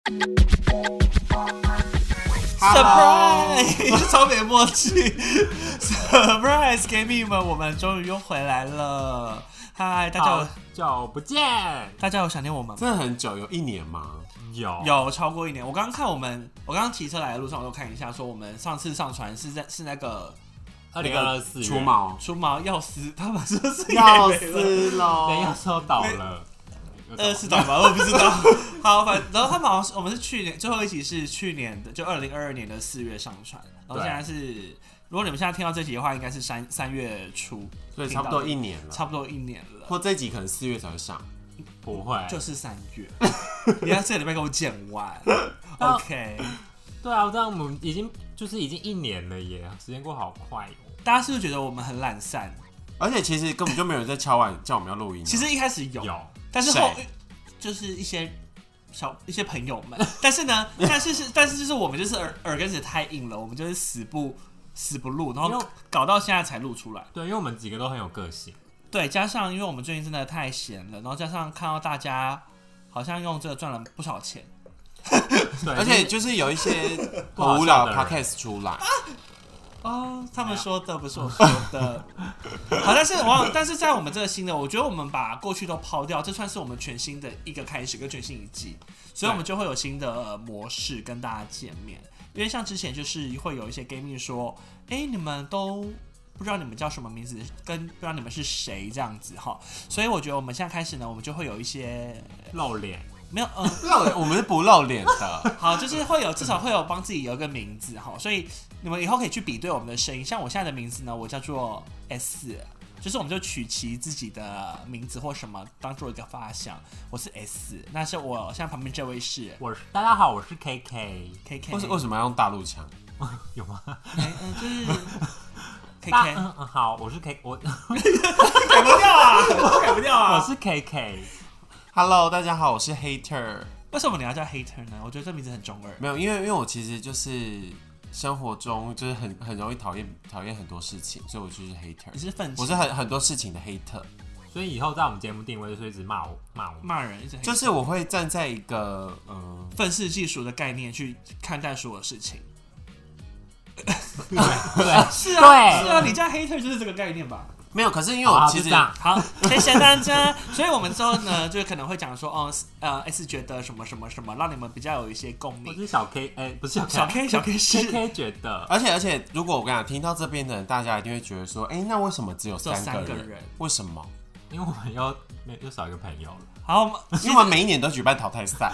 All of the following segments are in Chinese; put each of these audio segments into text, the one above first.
Surprise，超没默契。Surprise，给米们，我们终于又回来了。嗨，大家有好久不见，大家有想念我们吗？真的很久，有一年吗？有有超过一年。我刚刚看我们，我刚刚骑车来的路上，我都看一下，说我们上次上传是在是那个二零二四除毛出毛药师，他们说是 要也没了死对，要喽！收到了，呃，是懂吗？我不知道。好，反然后他们好像是我们是去年最后一集是去年的，就二零二二年的四月上传，然后对现在是，如果你们现在听到这集的话，应该是三三月初，所以差不多一年了，差不多一年了，或这集可能四月才会上。不会，就是三月。你要这礼拜给我剪完那，OK？对啊，但我们已经就是已经一年了耶，时间过好快哦。大家是不是觉得我们很懒散？而且其实根本就没有人在敲碗叫我们要录音啊。其实一开始有，有但是后谁就是一些小一些朋友们， 但是呢，但是是但是就是我们就是耳耳根子太硬了，我们就是死不死不录，然因后为搞到现在才录出来。对，因为我们几个都很有个性，对，加上因为我们最近真的太闲了，然后加上看到大家好像用这个赚了不少钱，对，而且就是有一 些不好很无聊的笑的人 podcast 出来，哦，他们说的不是我说的。 好，但是我但是在我们这个新的，我觉得我们把过去都抛掉，这算是我们全新的一个开始跟全新一季，所以我们就会有新的、呃模式跟大家见面。因为像之前就是会有一些 gaming 说，哎、你们都不知道你们叫什么名字，跟不知道你们是谁这样子哈。所以我觉得我们现在开始呢，我们就会有一些露脸，没有嗯。呃。露脸我们是 不露脸的 好，就是会有至少会有帮自己有一个名字哈，所以你们以后可以去比对我们的声音。像我现在的名字呢，我叫做 S，就是我们就取其自己的名字或什么当做一个发想。我是 S，那是我现在旁边这位是我是大家好，我是 KK， K K，为什为什么要用大陆腔？有吗？哎嗯就是 K 大 K，嗯嗯好，我是 K，我 改不掉啊，我改不掉我啊。是 KK， Hello，大家好，我是 Hater。为什么你要叫 Hater 呢？我觉得这名字很中二。没有，因为因为我其实就是生活中就是很很容易讨厌讨厌很多事情，所以我就是 Hater 你。是愤青，我是很很多事情的 hater，所以以后在我们节目定位就是一直骂我骂我，骂人，一直就就是我会站在一个嗯、愤世嫉俗的概念去看待所有事情。对，是对是啊，你叫 Hater 就是这个概念吧？没有，可是因为好我啊，其就实这样，好， 谢谢大家。所以我们之后呢，就可能会讲说，哦，呃，S 觉得什么什么什么，让你们比较有一些共我鸣。是小 K，哎，不是小小 K，K 小 K 是 KK 觉得而且而且，如果我跟你讲，听到这边的人，大家一定会觉得说，哎、那为什么只有这三三个个人？人。为什么？因为我们又没又少一个朋友了好，我们因为我们每一年都举办淘汰赛，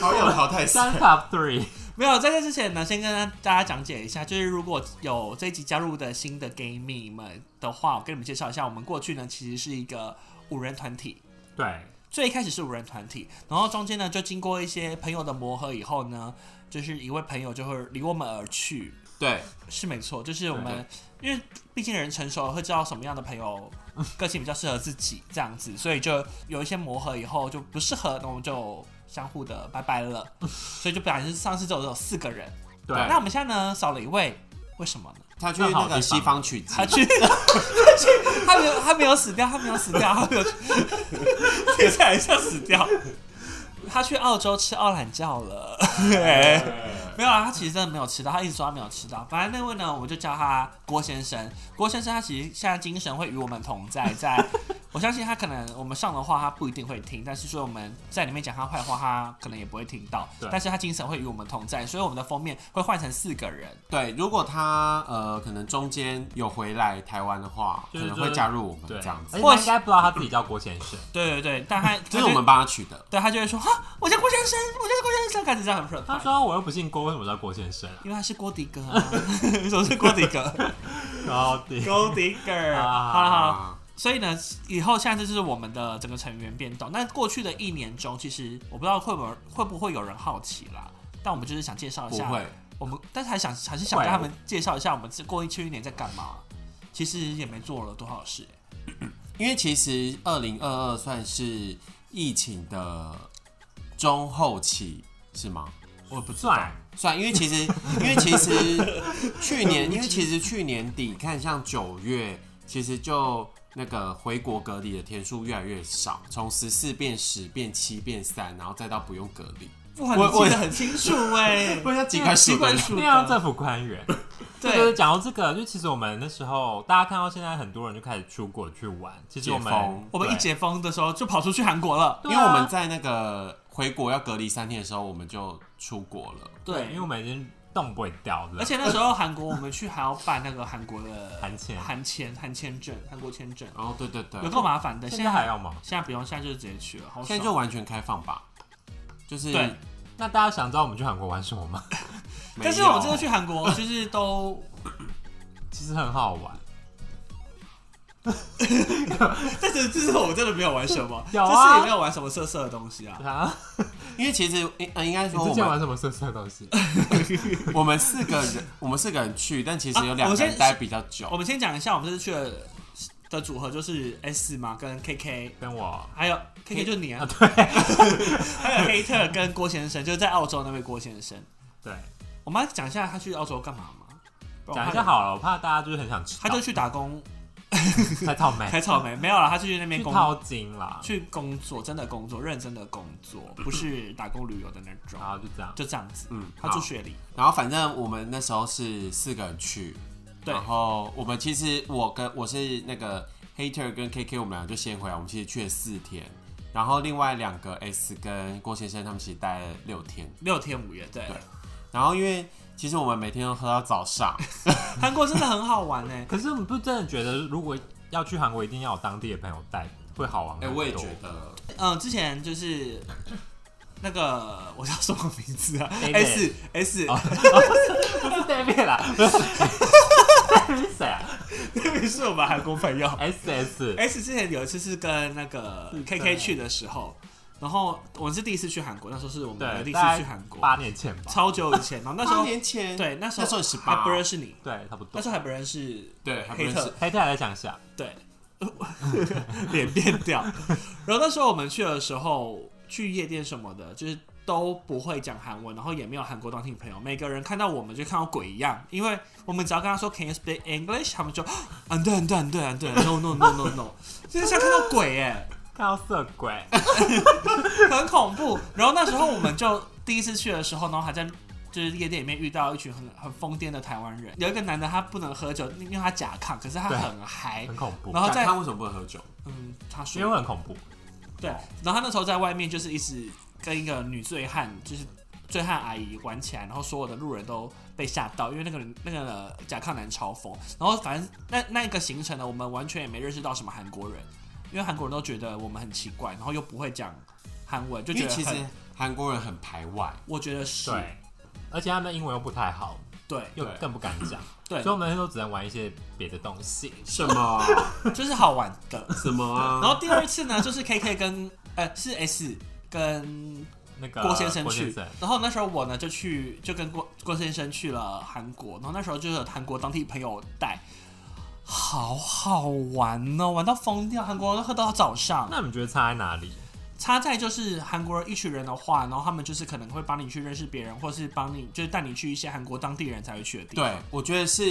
好有淘汰三 top three，没有在这之前呢，先跟大家讲解一下，就是如果有这一集加入的新的 gay 蜜们的话，我跟你们介绍一下，我们过去呢其实是一个五人团体。对，最一开始是五人团体，然后中间呢就经过一些朋友的磨合以后呢，就是一位朋友就会离我们而去， 对，是没错，就是我们因为毕竟人成熟了，会知道什么样的朋友个性比较适合自己这样子，所以就有一些磨合以后就不适合，那我们就相互的拜拜了。所以就本来是上次只有只有四个人，对，哎那我们现在呢少了一位，为什么呢？他去那个西方取经他，去，他去，他没有，他没有死掉，他没有死掉，他没有，听起来像死掉。他去澳洲吃奥懒觉了，没有啊，他其实真的没有吃到，他一直说他没有吃到。反正那位呢，我们就叫他郭先生。郭先生他其实现在精神会与我们同在，在 我相信他可能我们上的话他不一定会听，但是说我们在里面讲他坏话，他可能也不会听到对。但是他精神会与我们同在，所以我们的封面会换成四个人。对，如果他呃可能中间有回来台湾的话，就可是能会加入我们对，这样子而，且他应该不知道他自己叫郭先生，对对对，但他就这是我们帮他取的。对他就会说哈，我叫郭先生，我叫郭先生，感觉这样很 他 proud，说我又不姓郭，为什么叫郭先生啊？因为他是郭迪哥、啊， 为什么是郭迪哥？高低，郭迪哥， 啊好了好了，啊，所以呢，以后现在这就是我们的整个成员变动。那过去的一年中，其实我不知道会不会会不会有人好奇啦，但我们就是想介绍一不下，会，我们但是还想还是想会跟他们介绍一下我们这过去一年在干嘛。其实也没做了多少事、因为其实二零二二算是疫情的中后期，是吗？我不算，算，因为其实，因为其实去年，因为其实去年底看，像九月，其实就那个回国隔离的天数越来越少，从十四变十，变七，变三，然后再到不用隔离。哇，你我记得很清 楚哎、问一下几块几数的管人数那的样政府官员。就是对，讲到这个，就其实我们那时候大家看到现在很多人就开始出国去玩，其实我解封们我们一对啊解封的时候就跑出去韩国了。对因为我们啊在那个回国要隔离三天的时候，我们就出国了。对因为我们已经动不会掉了，而且那时候韩国我们去还要办那个韩国的 韩签啊韩签、韩签证、韩国签证，哦，对对对，有够麻烦的。现现在在还要啊吗？现在不用，现在就直接去了，好爽现在就完全开放吧，就是对那大家想知道我们去韩国玩什么吗？ 没有但是我真的去韩国，就是都 其实很好玩，但是这是我真的没有玩什么， 有啊这次也没有玩什么色色的东西啊。对啊，因为其实应呃应该你说之我前们玩什么色色的东西？我们四个人，我们四个人去，但其实啊有两我个人先待比较我久。们先讲一下，我们这次去的的组合就是 S 嘛，跟 KK，跟我还有 KK 就是你啊，对， 还有黑特跟郭先生，就是在澳洲那位郭先生。对我们要讲一下他去澳洲干嘛吗？讲一下，好了，我怕大家就是很想知道，哦他就去打工 才草 莓，采草莓，没有了，他就去那边哎去工套金啦，去工作，真的工作，认真的工作，不是打工旅游的那种然，后就这样，就这样子。嗯，他好住雪梨，然后反正我们那时候是四个人去，对然后我们其实我跟我是那个 hater 跟 KK，我们俩就先回来，我们其实去了四天，然后另外两个 S 跟郭先生他们其实待了六天，六天五夜，对对。然后因为其实我们每天都喝到 早上，韩国真的很好玩欸呢、可是我们不真的觉得，如果要去韩国，一定要有当地的朋友带，会好玩很哎、多。我也觉得， 嗯，之前就是那个我叫什么名字啊 David ？S S， 不 是 David 啦，啊不是 David 是谁啊那位是我们韩国朋友。 ？S S， S 之前有一次是跟那个是 K K 去的时候，然后我们是第一次去韩国，那时候是我们的对，第一次大概去韩国，八年前吧，超久以前。然后那时八候年前对那时候那时候你18还不认识你，对，差不那多时。候还不认识对还不黑认特识黑太来讲一下，对， 脸变掉。然后那时候我们去的时候，去夜店什么的，就是都不会讲韩文，然后也没有韩国当地朋友，每个人看到我们就看到鬼一样，因为我们只要跟他说 Can you speak English，他们就啊对啊对啊对啊对啊 no no no no no，就是 像看到鬼哎、看到色鬼，很恐怖。然后那时候我们就第一次去的时候，然后还在。就是夜店里面遇到一群很很疯癫的台湾人，有一个男的他不能喝酒，因为他甲亢，可是他对很嗨很，恐怖然，后再他为什么不能喝酒？嗯，他说因为会很恐怖，对，啊然后他那时候在外面就是一直跟一个女醉汉，就是醉汉阿姨玩起来，然后所有的路人都被吓到，因为那个人那个甲亢男嘲讽。然后反正那那个行程呢，我们完全也没认识到什么韩国人，因为韩国人都觉得我们很奇怪，然后又不会讲韩文，就因觉为得其很实韩国人很排外，我觉得是对，而且他们英文又不太好，对又对更不敢讲，对所以我们都只能玩一些别的东西。什么就是好玩的。 什么啊？然后第二次呢，就是 K K 跟呃是 S 跟那个郭先生郭去，生然后那时候我呢就去就跟郭郭先生去了韩国，然后那时候就有韩国当地朋友带，好好玩哦，玩到疯掉，韩国人都喝到早上。那你们觉得差在哪里？差在就是韩国人一群人的话，然后他们就是可能会帮你去认识别人，或是帮你就是带你去一些韩国当地人才会去的地方， 对，我觉得是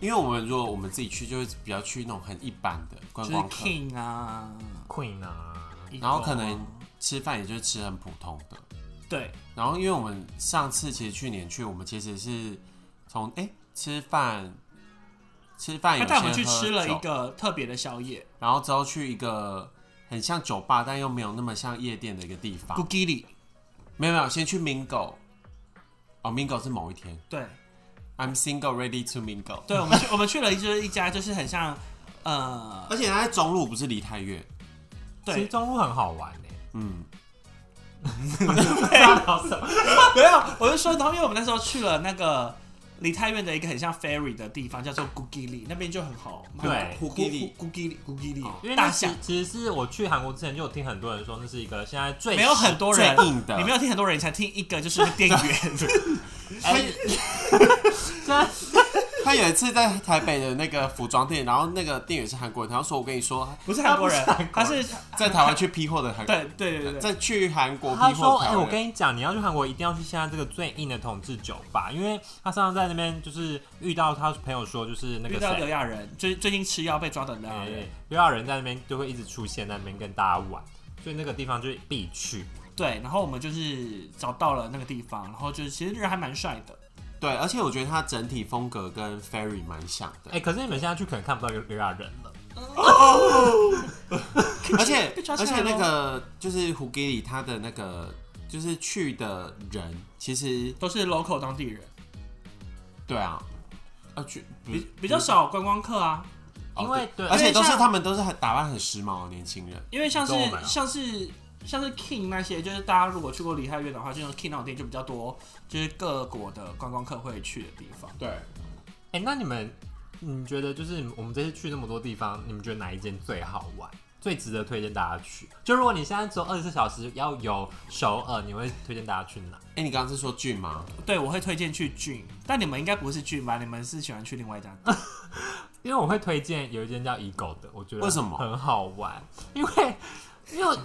因为我们如果我们自己去，就会比较去那种很一般的观就是光客， King 啊， Queen 啊，然后可 Eagle 能啊吃饭也就是吃很普通的。对然后因为我们上次其实去年去，我们其实是从哎、吃饭。吃饭他有带我们先去喝吃了酒一个特别的宵夜然后之后去一个很像酒吧，但又没有那么像夜店的一个地方 g u。g i l i 没有没有，先去 Mingo。哦，Mingo 是某一天。对 I'm single, ready to mingle。对，我们去我们去了就是一家就是很像呃而且它在中路不是离太远。对其实中路很好玩欸呢、 嗯，没有，我就说，然后因为我们那时候去了那个梨泰院的一个很像 ferry 的地方，叫做 Gugili，那边就很好。对哦因，Gugili，Gugili，为大那象其。其实是我去韩国之前就有听很多人说那是一个现在最没有很多人最硬的你没有听很多人，你才听一个，就是那个店员。哎，现在他有一次在台北的那个服装店，然后那个店员是韩国人，他就说：“我跟你说，不是韩国人，他是在台湾去批货的韩国，对对对对啊在去韩国他批说货：“哎、台我湾人。”跟你讲，你要去韩国一定要去现在这个最硬的同志酒吧，因为他上次在那边就是遇到他朋友说，就是那对，遇个到刘谁，亚仁，最最近吃药被抓的刘亚哎仁，刘亚仁在那边就会一直出现在那边跟大家玩，所以那个地方就是必去。对，然后我们就是找到了那个地方，然后就是其实人还蛮帅的，对，而且我觉得它整体风格跟 Ferry 蛮像的哎、，可是你们现在去可能看不到有有亚人了。而且被抓起而来且那咯个就是胡给里他的那个就是去的人，其实都是 local 当地人，对啊，呃去比比较少观光客啊，哦因为对而且都因为是像他们都是很打扮很时髦的年轻人，因为像跟我们是啊像是像是 King 那些，就是大家如果去过梨泰院的话，就像 King 那种店就比较多，就是各国的观光客会去的地方。对，哎、那你们，你觉得就是我们这次去那么多地方，你们觉得哪一间最好玩，最值得推荐大家去？就如果你现在只有二十四小时要游首尔，你会推荐大家去哪？哎，你刚刚是说俊吗？对，我会推荐去 Jun，但你们应该不是 Jun 吧？你们是喜欢去另外一家店？因为我会推荐有一间叫 Ego 的，我觉得为什么很好玩？因为因 为我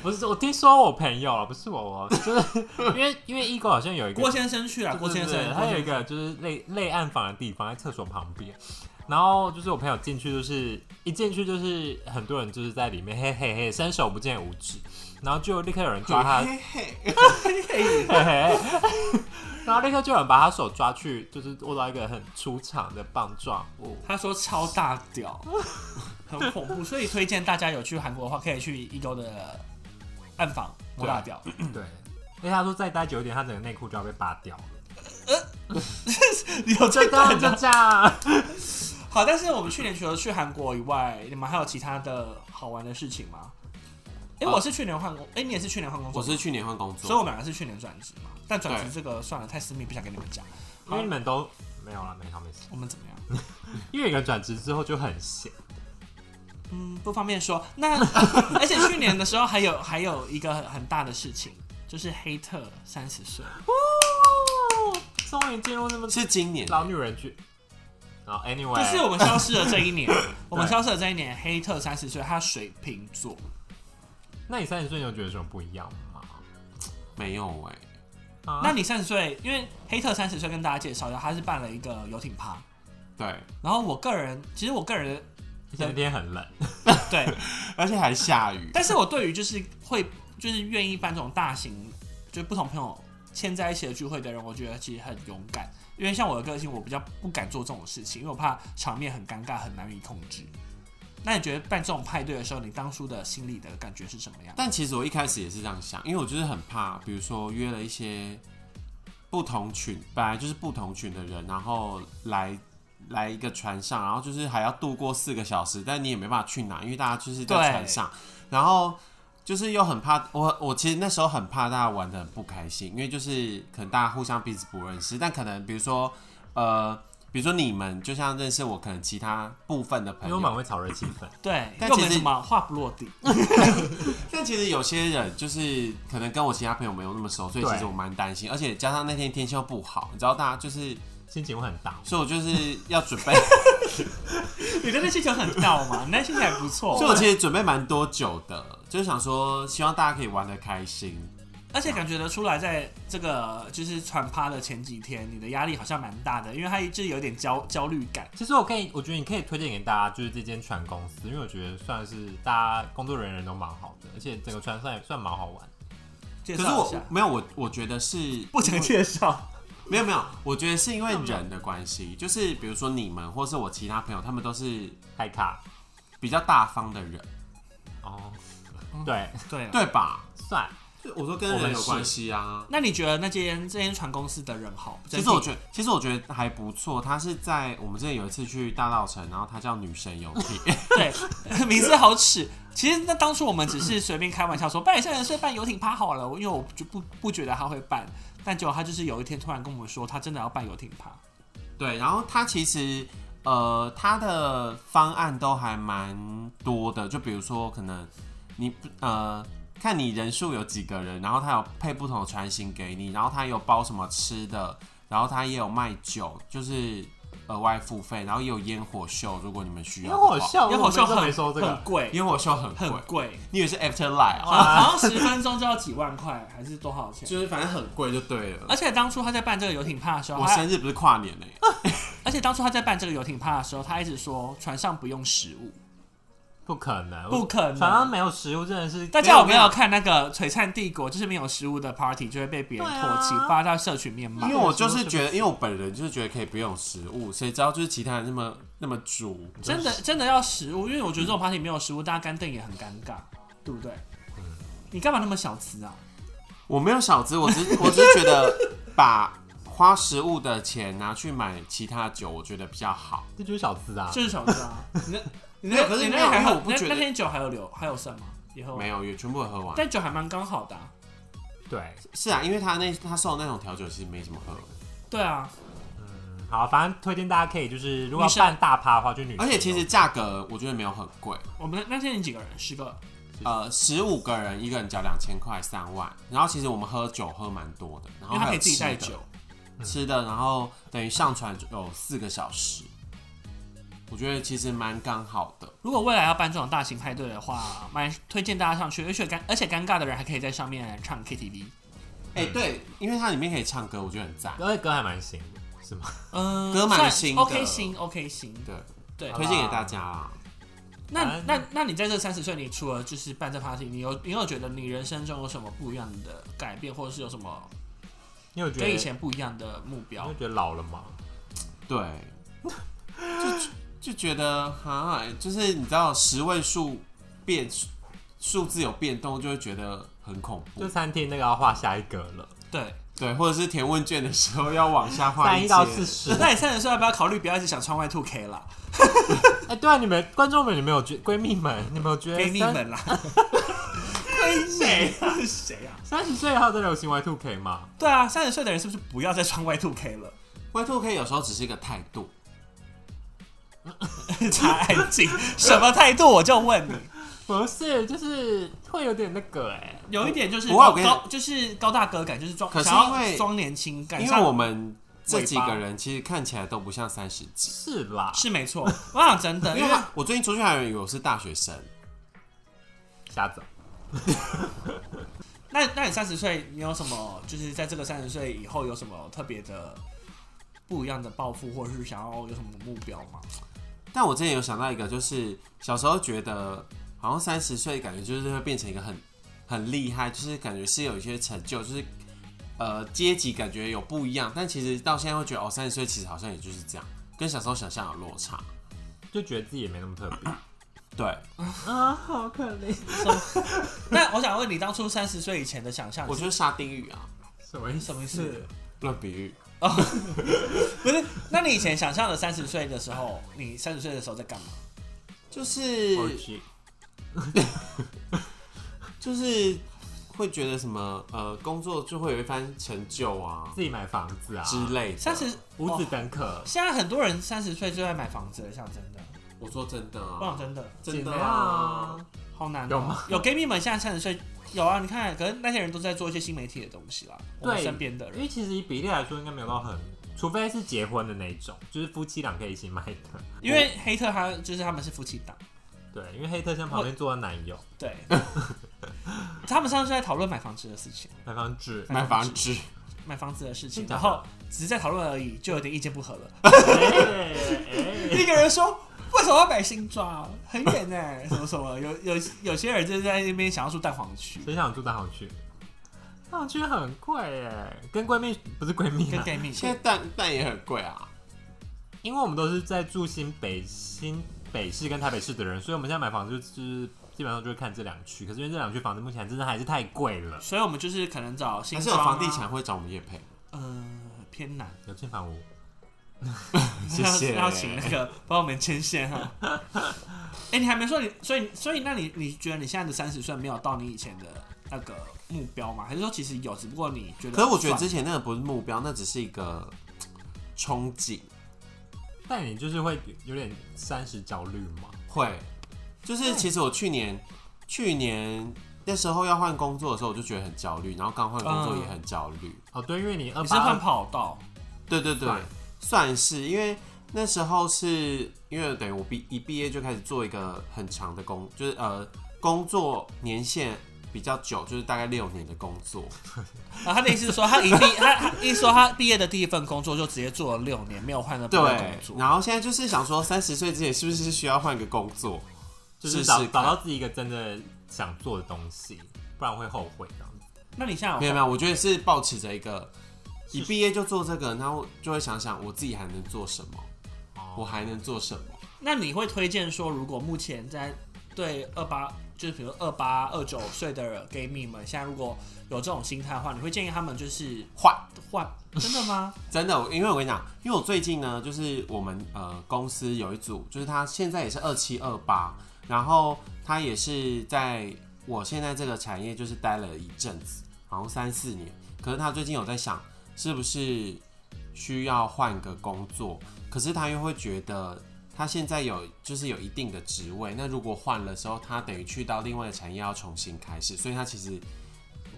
不是我听说我朋友了，不是我，哦，就是因为因为 Ego 好像有一个郭先生去了，啊郭先对对生，对郭他有一先生个就是类类暗房的地方，在厕所旁边。然后就是我朋友进去，就是一进去就是很多人就是在里面嘿嘿嘿，伸手不见五指，然后就立刻有人抓他，嘿嘿嘿嘿嘿， 然后立刻就有人把他手抓去，就是握到一个很出场的棒状物。他说超大屌，很恐怖，所以推荐大家有去韩国的话，可以去一周的暗访摸大屌。对，因为他说再待久一点，他整个内裤就要被拔掉了。有这就这 样，段 就的这样。好，但是我们去年除了去韩国以外，你们还有其他的好玩的事情吗？哎、啊我是去年换工，哎、你也是去年换工作我吗，是去年换工所以我作，们两个是去年转职嘛。但转职对这个算了，太私密，不想跟你们讲。因为你们都没有了，没好没事。我们怎么样？因为有个人转职之后就很闲。嗯，不方便说。 那而且去年的时候还有还有一个很大的事情，就是黑特三十岁，哦，终于进入那么是今年老女人剧。好，Anyway，就是我们消失了这一 年，我们消失了这一年，黑特三十岁，他水瓶座，那你三十岁你有觉得有什么不一样吗？没有哎，啊那你三十岁，因为黑特三十岁跟大家介绍一下，他是办了一个游艇趴。对，然后我个人，其实我个 人那天很冷，对，而且还下雨，但是我对于就是会就是愿意办这种大型，就是不同朋友牵在一起的聚会的人，我觉得其实很勇敢。因为像我的个性，我比较不敢做这种事情，因为我怕场面很尴尬，很难以控制。那你觉得办这种派对的时候，你当初的心里的感觉是什么样？但其实我一开始也是这样想，因为我就是很怕，比如说约了一些不同群，本来就是不同群的人，然后来来一个船上，然后就是还要度过四个小时，但你也没办法去哪，因为大家就是在对船上，然后就是又很怕我，我其实那时候很怕大家玩的很不开心，因为就是可能大家互相彼此不认识，但可能比如说呃。比如说你们就像认识我，可能其他部分的因朋为友，我们很会炒热气氛。 对，但又其没实什么话不落地，但其实有些人就是可能跟我其他朋友没有那么熟，所以对其实我蛮担心，而且加上那天天气又不好，你知道大家就是，心情会很大，所以我就是要准备，你的那气球很到嘛，你那心情还不错 所以。我其实准备蛮多酒的，就是想说希望大家可以玩的开心。而且感觉得出来，在这个就是传趴的前几天，你的压力好像蛮大的，因为他就是有点焦焦虑感。其实我可以，我觉得你可以推荐给大家，就是这间船公司，因为我觉得算是大家工作人员都蛮好的，而且整个船上也算蛮好玩。介可是绍一我下，没有，我我觉得是不想介绍。没有没有，我觉得是因为人的关系，就是比如说你们或是我其他朋友，他们都是嗨卡比较大方的人，哦， 对， 对啊，对吧？算就我说跟我们人有是关系啊。那你觉得那间这间船公司的人好？其实我觉得，其实我觉得还不错。他是在我们之前有一次去大稻城，然后他叫女神游艇， 对 名字好耻。其实那当初我们只是随便开玩笑说，办一下人岁办游艇趴好了，因为我就不不觉得他会办，但结果他就是有一天突然跟我们说，他真的要办游艇趴。对。然后他其实呃，他的方案都还蛮多的，就比如说可能你呃。看你人数有几个人，然后他有配不同的船型给你，然后他有包什么吃的，然后他也有卖酒，就是额外付费，然后也有烟火秀，如果你们需因要为的我话。笑，因为好像我很没收这个很，贵，烟火秀很贵很，贵，你以为是 After Light 啊？好像十分钟就要几万块，还是多少钱？就是反正很贵就对了。而且当初他在办这个游艇趴的时候，我他生日不是跨年欸呢、哦而且当初他在办这个游艇趴的时候，他一直说船上不用食物，不可能，不可能船上没有食物真的是大家有没有看那个《璀璨帝国》？就是没有食物的 party 就会被别人唾弃，对啊发到社群面骂因为。我就是觉得，因为我本人就是觉得可以不用食物，谁知道就是其他人那么那么煮，真的真的要食物，因为我觉得这种 party 没有食物，大家干瞪也很尴尬，对不对？嗯你干嘛那么小资啊？我没有小资，我只我只是觉 得把花食物的钱拿去买其他酒，我觉得比较好。这就是小资啊，就是小资 啊！你那你没有那可是你没有那还因为好，我不那觉得那天酒还有留还有剩吗？以后没有，也全部喝完。但酒还蛮刚好的啊、对，是啊，因为他那他送的那种调酒其实没怎么喝，对啊，嗯好，反正推荐大家可以就是如果女要生办大趴的话，就女生，而且哦其实价格我觉得没有很贵，我们那那天你几个人？十个。呃，十五个人一个人交两千块，三万。然后其实我们喝酒喝蛮多的，然因为他后还可有以自己吃带的酒，吃的，然后等于上船就有四个小时，我觉得其实蛮刚好的。如果未来要办这种大型派对的话，蛮推荐大家上去，而且尴而且尴尬的人还可以在上面唱 KTV。哎、对，因为它里面可以唱歌，我觉得很赞。而且歌还蛮新的，是吗？嗯，歌蛮算新的 OK 行，OK 行，对，对。推荐给大家啊。那反正那那你在这三十岁，你除了就是办这 party，你有你有觉得你人生中有什么不一样的改变，或者是有什么你有觉跟得以前不一样的目你标会？觉得老了吗？ 对，就就觉得哈，就是你知道十位数变数字有变动，就会觉得很恐就怖。餐厅那个要画下一格了，对，对，或者是填问卷的时候要往下画三一一阶到四十。 那你三十岁要不要考虑不要一直想穿外 two K 啦，哎，对啊，你们观众们，你们有觉闺蜜们，你们有觉得 闺蜜们啦？闺蜜啊是谁啊？三十岁还有在流行 Y Two K 吗？对啊，三十岁的人是不是不要再穿 Y two K 了？ Y two K 有时候只是一个态度，查安静，什么态度？我就问你。不是，就是会有点那个哎、有一点就是不过我高跟你高，就是高大哥感，就是装，可是想要因为装年轻感，因为像我们这几尾巴个人其实看起来都不像三十几。是啦，是没错。 我想真的， 因因为为他我最近出去还有以为我是大学生，瞎走。那那你三十岁，你有什么就是在这个三十岁以后有什么特别的不一样的抱负，或者是想要有什么目标吗？但我之前有想到一个，就是小时候觉得好像三十岁，感觉就是会变成一个很很厉害，就是感觉是有一些成就，就是呃阶级感觉有不一样。但其实到现在会觉得，哦，三十岁其实好像也就是这样，跟小时候想象有落差。就觉得自己也没那么特别对，啊，好可怜。那我想问你，当初三十岁以前的想象我是就是沙丁鱼啊，什么意思？什么意思？乱比喻。不是？那你以前想象的三十岁的时候，你三十岁的时候在干嘛？就是？OG 就是会觉得什么呃，工作就会有一番成就啊自己买房子啊，之类的。三十五子哦登科。现在很多人三十岁就在买房子了，像真的，我说真的我想啊，真的。真的姐妹啊啊，好难、哦。有吗？有 gay 蜜们现在三十岁，有啊，你看，可是那些人都在做一些新媒体的东西啦。我们对身边的因人，为其实以比例来说，应该没有到很，除非是结婚的那一种，就是夫妻俩可以一起买的。因为黑特他就是他们是夫妻档，对，因为黑特像哦旁边坐的男友，对。 他们上次在讨论买房子的事情，买房子买房子。买房子的事情，真的然假的后只是在讨论而已，就有点意见不合了。哎哎一个人说。为什么要买新庄？很远呢、 什么什么？有有有些人就是在那边想要住蛋黄 区，谁想住大好区？大好区很贵耶，跟闺蜜不是闺蜜跟啊， gay 蜜。现在蛋蛋也很贵啊。因为我们都是在住新北新北市跟台北市的人，所以我们现在买房子就是基本上就会看这两区。可是因为这两区房子目前真的还是太贵了，所以我们就是可能找新还是庄、有啊、房地产，会找我们叶配，呃，偏南。有进房屋。谢 谢要要请那个帮我们牵线 哈。哎、你还没说你，所以所以那你你觉得你现在的三十岁没有到你以前的那个目标吗？还是说其实有，只不过你觉得？可是我觉得之前那个不是目标，那只是一个憧憬，但你就是会有点三十焦虑嘛？会嗯就是其实我去年去年那时候要换工作的时候，我就觉得很焦虑，然后刚换工作也很焦虑，哦，对，因为你二你是换八跑道，对对对算，算是因为那时候是因为等于我毕一毕业就开始做一个很长的工，就是呃工作年限比较久，就是大概六年的工作，然后他的意思是说，他一毕他他一说他毕业的第一份工作就直接做了六年，没有换到别的对工，作。然后现在就是想说三十岁之前是不是需要换个工作？就是试找试看找到自己一个真的想做的东西，不然会后悔这样子。那你现在有没有没有，我觉得是保持着一个，是一毕业就做这个，然后就会想想我自己还能做什么，我哦，还能做什么。那你会推荐说，如果目前在对二八，就是比如二八、二九岁的 gay 蜜们，现在如果有这种心态的话，你会建议他们就是换换？真的 吗？真的，因为我跟你讲，因为我最近呢，就是我们呃公司有一组，就是他现在也是二七二八，然后他也是在我现在这个产业就是待了一阵子，好像三四年。可是他最近有在想，是不是需要换个工作？可是他又会觉得。他现在有就是有一定的职位，那如果换了之后，他等于去到另外的产业要重新开始，所以他其实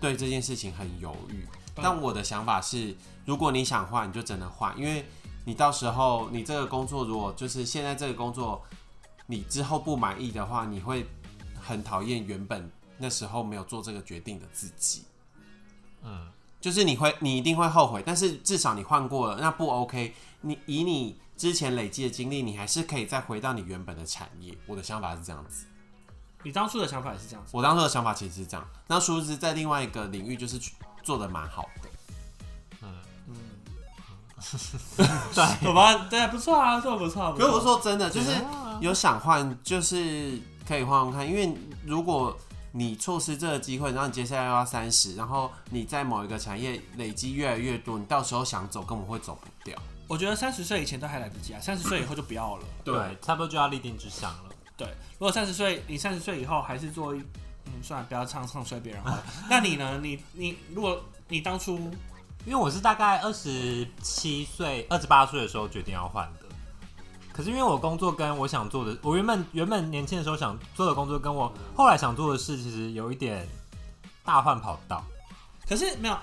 对这件事情很犹豫。但我的想法是，如果你想换，你就真的换，因为你到时候你这个工作如果就是现在这个工作，你之后不满意的话，你会很讨厌原本那时候没有做这个决定的自己。嗯，就是你会，你一定会后悔，但是至少你换过了，那不 OK。你以你之前累积的经历，你还是可以再回到你原本的产业。我的想法是这样子，你当初的想法也是这样 子，我当初的想法其实是这样。那殊不知在另外一个领域就是去做的蛮好的，好吧？对，不错啊，这不错。可是我错说真的，就是有想换，就是可以换换看，因为如果你错失这个机会，然后你接下来又要三十，然后你在某一个产业累积越来越多，你到时候想走根本会走不掉。我觉得三十岁以前都还来得及啊，三十岁以后就不要了。对，差不多就要立定志向了。对，如果三十岁，你三十岁以后还是做一，嗯，算了，不要唱唱衰别人好了。那你呢？你你如果你当初因为我是大概二十七岁、二十八岁的时候决定要换的，可是因为我工作跟我想做的，我原本原本年轻的时候想做的工作，跟我后来想做的事，其实有一点大换跑道。可是没有，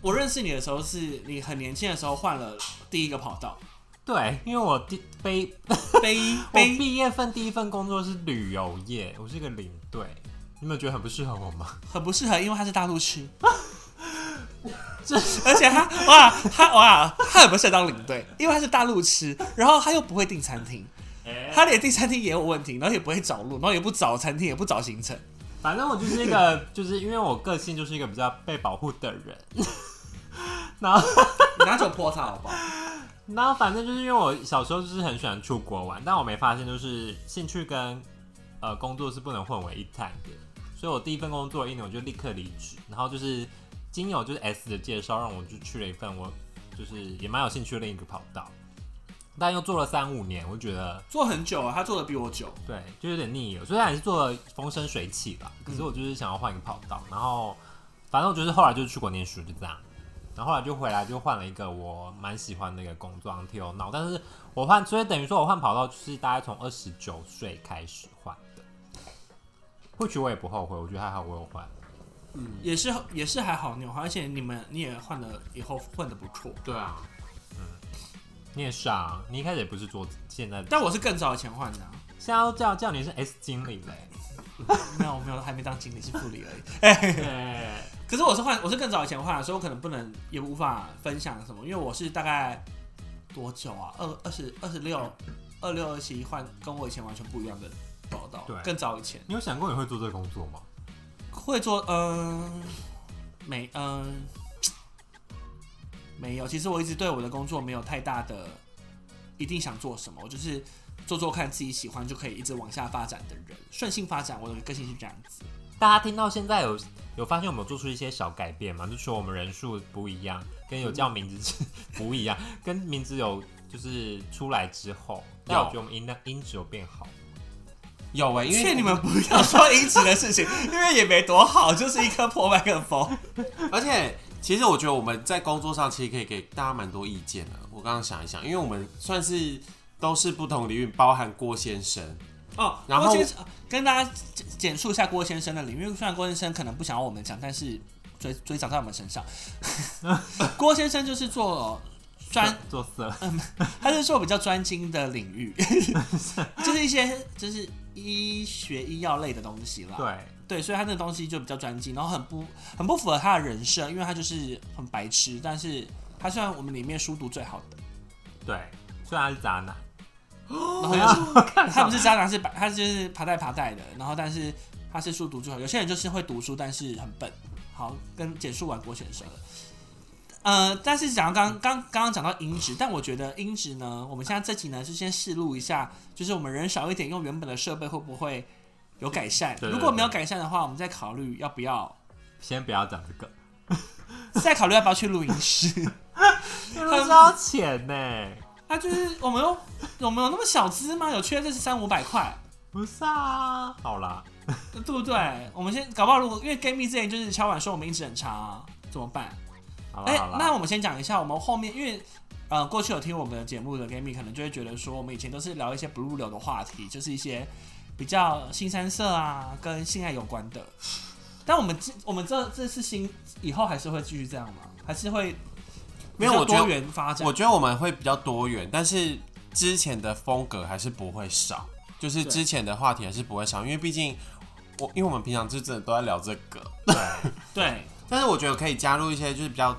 我认识你的时候是你很年轻的时候换了第一个跑道，对，因为我第被 背一我背一毕业份第一份工作是旅游业，我是个领队，你们觉得很不适合我吗？很不适合，因为他是大陆区。 就是，而且他哇，他哇，他很不适合当领队，因为他是大陆吃，然后他又不会订餐厅，他连订餐厅也有问题，然后也不会找路，然后也不找餐厅，也不找行程。反正我就是一个， 就是因为我个性就是一个比较被保护的人，然后你拿酒泼他好不好？然后反正就是因为我小时候就是很喜欢出国玩，但我没发现就是兴趣跟呃工作是不能混为一谈的，所以我第一份工作一年我就立刻离职，然后就是经由就是 S 的介绍，让我就去了一份我就是也蛮有兴趣的另一个跑道，但又做了三五年，我就觉得做很久啊，他做的比我久。对，就有点腻了。虽然也是做的风生水起吧，可是我就是想要换一个跑道。然后，反正我就是后来就是出国念书，就这样。然后后来就回来，就换了一个我蛮喜欢的一个工作 until now。但是我换，所以等于说我换跑道就是大概从二十九岁开始换的。或许我也不后悔，我觉得还好我有换。也是也是还好，你有换，而且你们你也换了以后混的不错。对啊，你也是啊，你一开始也不是做现在的，但我是更早以前换的、啊，现在要叫叫你是 S 经理嘞。没有没有，还没当经理是副理而已。 哎对，可是我是换，我是更早以前换的，所以我可能不能也无法分享什么，因为我是大概多久啊？二二十二十六、二六二七换，跟我以前完全不一样的报道对，更早以前你有想过你会做这个工作吗？会做，嗯、没，嗯、没有。其实我一直对我的工作没有太大的一定想做什么，我就是做做看自己喜欢就可以一直往下发展的人，顺性发展，我的个性是这样子。大家听到现在有有发现我们有做出一些小改变吗？就说我们人数不一样，跟有叫名字 不一样，跟名字有就是出来之后，但我觉得我们音量音质有变好。有哎、因为劝你们不要说音质的事情，因为也没多好，就是一颗破麦克风。而且，其实我觉得我们在工作上其实可以给大家蛮多意见的。我刚刚想一想，因为我们算是都是不同领域，包含郭先生，哦，然然后后跟大家简简述一下郭先生的领域，因为虽然郭先生可能不想要我们讲，但是嘴嘴长在我们身上。 郭先生就是做专，做 色，他是做比较专精的领域，就是一些就是医学医药类的东西啦。对，对，所以他那个东西就比较专精，然后很不很不符合他的人设，因为他就是很白痴，但是他算我们里面书读最好的。对，虽然他是渣男，然后就是啊他不是渣男，是把他就是爬带爬带的，然后但是他是书读最好，有些人就是会读书，但是很笨。好，跟简述完国选生了。呃，但是讲到刚刚刚刚讲到音质，但我觉得音质呢，我们现在这集呢是先试录一下，就是我们人少一点，用原本的设备会不会有改善？对对对如果没有改善的话，我们再考虑要不要，先不要讲这个，再考虑要不要去录音室。这是要钱呢，啊，就是我们有我们有那么小资吗？有缺这是三五百块，不是啊，好啦，对不对？我们先搞不好，如果因为 Gay Me 之前就是敲碗说我们音质很差、啊，怎么办？好哎、啦，好啦，那我们先讲一下，我们后面因为呃，过去有听我们的节目的 g a m i 可能就会觉得说，我们以前都是聊一些不入流的话题，就是一些比较性三色啊，跟性爱有关的。但我们这我们这这次新以后还是会继续这样吗？还是会没有比较我觉得多元发展我？觉得我们会比较多元，但是之前的风格还是不会少，就是对之前的话题还是不会少，因为毕竟我因为我们平常就真的都在聊这个，对，但是我觉得可以加入一些就是比较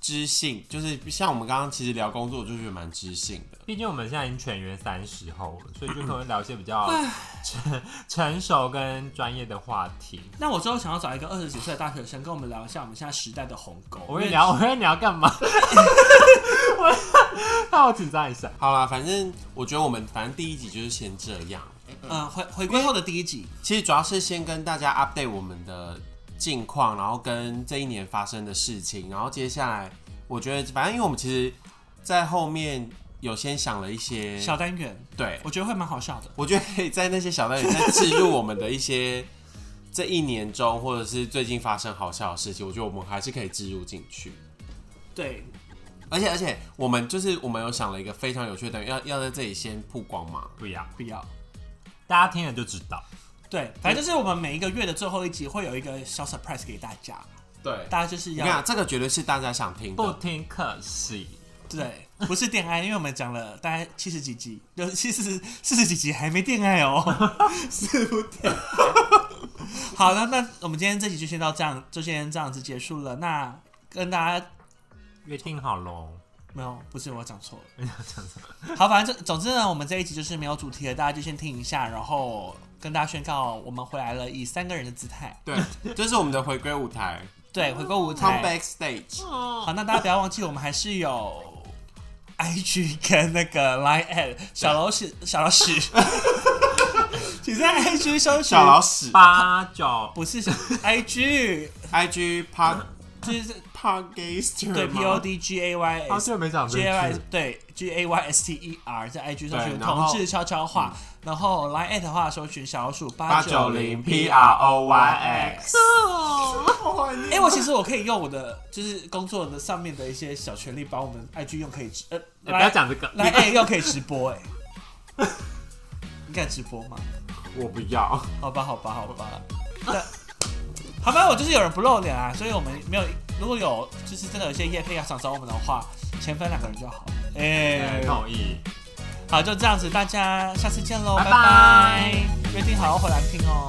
知性，就是像我们刚刚其实聊工作，我就觉得蛮知性的。毕竟我们现在已经全员三十后了，所以就可能会聊一些比较成成熟跟专业的话题。那我之后想要找一个二十几岁的大学生跟我们聊一下我们现在时代的鸿沟。我因跟你为聊，我跟你聊干 嘛？我让我紧张一下。好啦，反正我觉得我们反正第一集就是先这样，呃，回回归后的第一集，其实主要是先跟大家 update 我们的近况，然后跟这一年发生的事情，然后接下来我觉得反正因为我们其实，在后面有先想了一些小单元，对，我觉得会蛮好笑的。我觉得可以在那些小单元再置入我们的一些 这一年中或者是最近发生好笑的事情，我觉得我们还是可以置入进去。对，而且而且，我们就是我们有想了一个非常有趣的单元，要要在这里先曝光嘛。不要，不要。大家听了就知道。对，反正就是我们每一个月的最后一集会有一个小 surprise 给大家，对，大家就是你看要这个绝对是大家想听不的，听可惜。对，不是恋爱，因为我们讲了大概七十几集， 有七十四十几集还没恋爱哦，是不恋爱。好，那那我们今天这集就先到这样，就先这样子结束了。那跟大家约定好喽，没有，不是我讲错了，好，反正这总之呢，我们这一集就是没有主题的，大家就先听一下，然后跟大家宣告我们回来了，以三个人的姿态，对，这是我们的回归舞台对，回归舞台。 ，comeback stage。好，那大家不要忘记，我们还是有 IG 跟那个 Line at 小老鼠小老鼠， 请在 IG 搜寻小老鼠八九不是 IG， ，IG pod 就是 pod gayster 对 P O D G A Y 好 S 久没讲这 G A Y 句，对 G A Y S T E R 在 IG 搜寻对然后同志悄悄话，然后 Line at 的话搜寻小老鼠八八九九零零 P R O Y X。 哦哎、我其实我可以用我的就是工作的上面的一些小权利，把我们 IG 用可以直呃，哎不要讲这个，来，哎、又可以直播哎、你敢直播吗？我不要。好吧，好吧，好吧。那好吧，我就是有人不露脸啊，所以我们没有。如果有就是真的有一些业配要想找我们的话，前分两个人就好。哎、同意。好，就这样子，大家下次见喽，拜拜拜拜。约定好要回来听哦。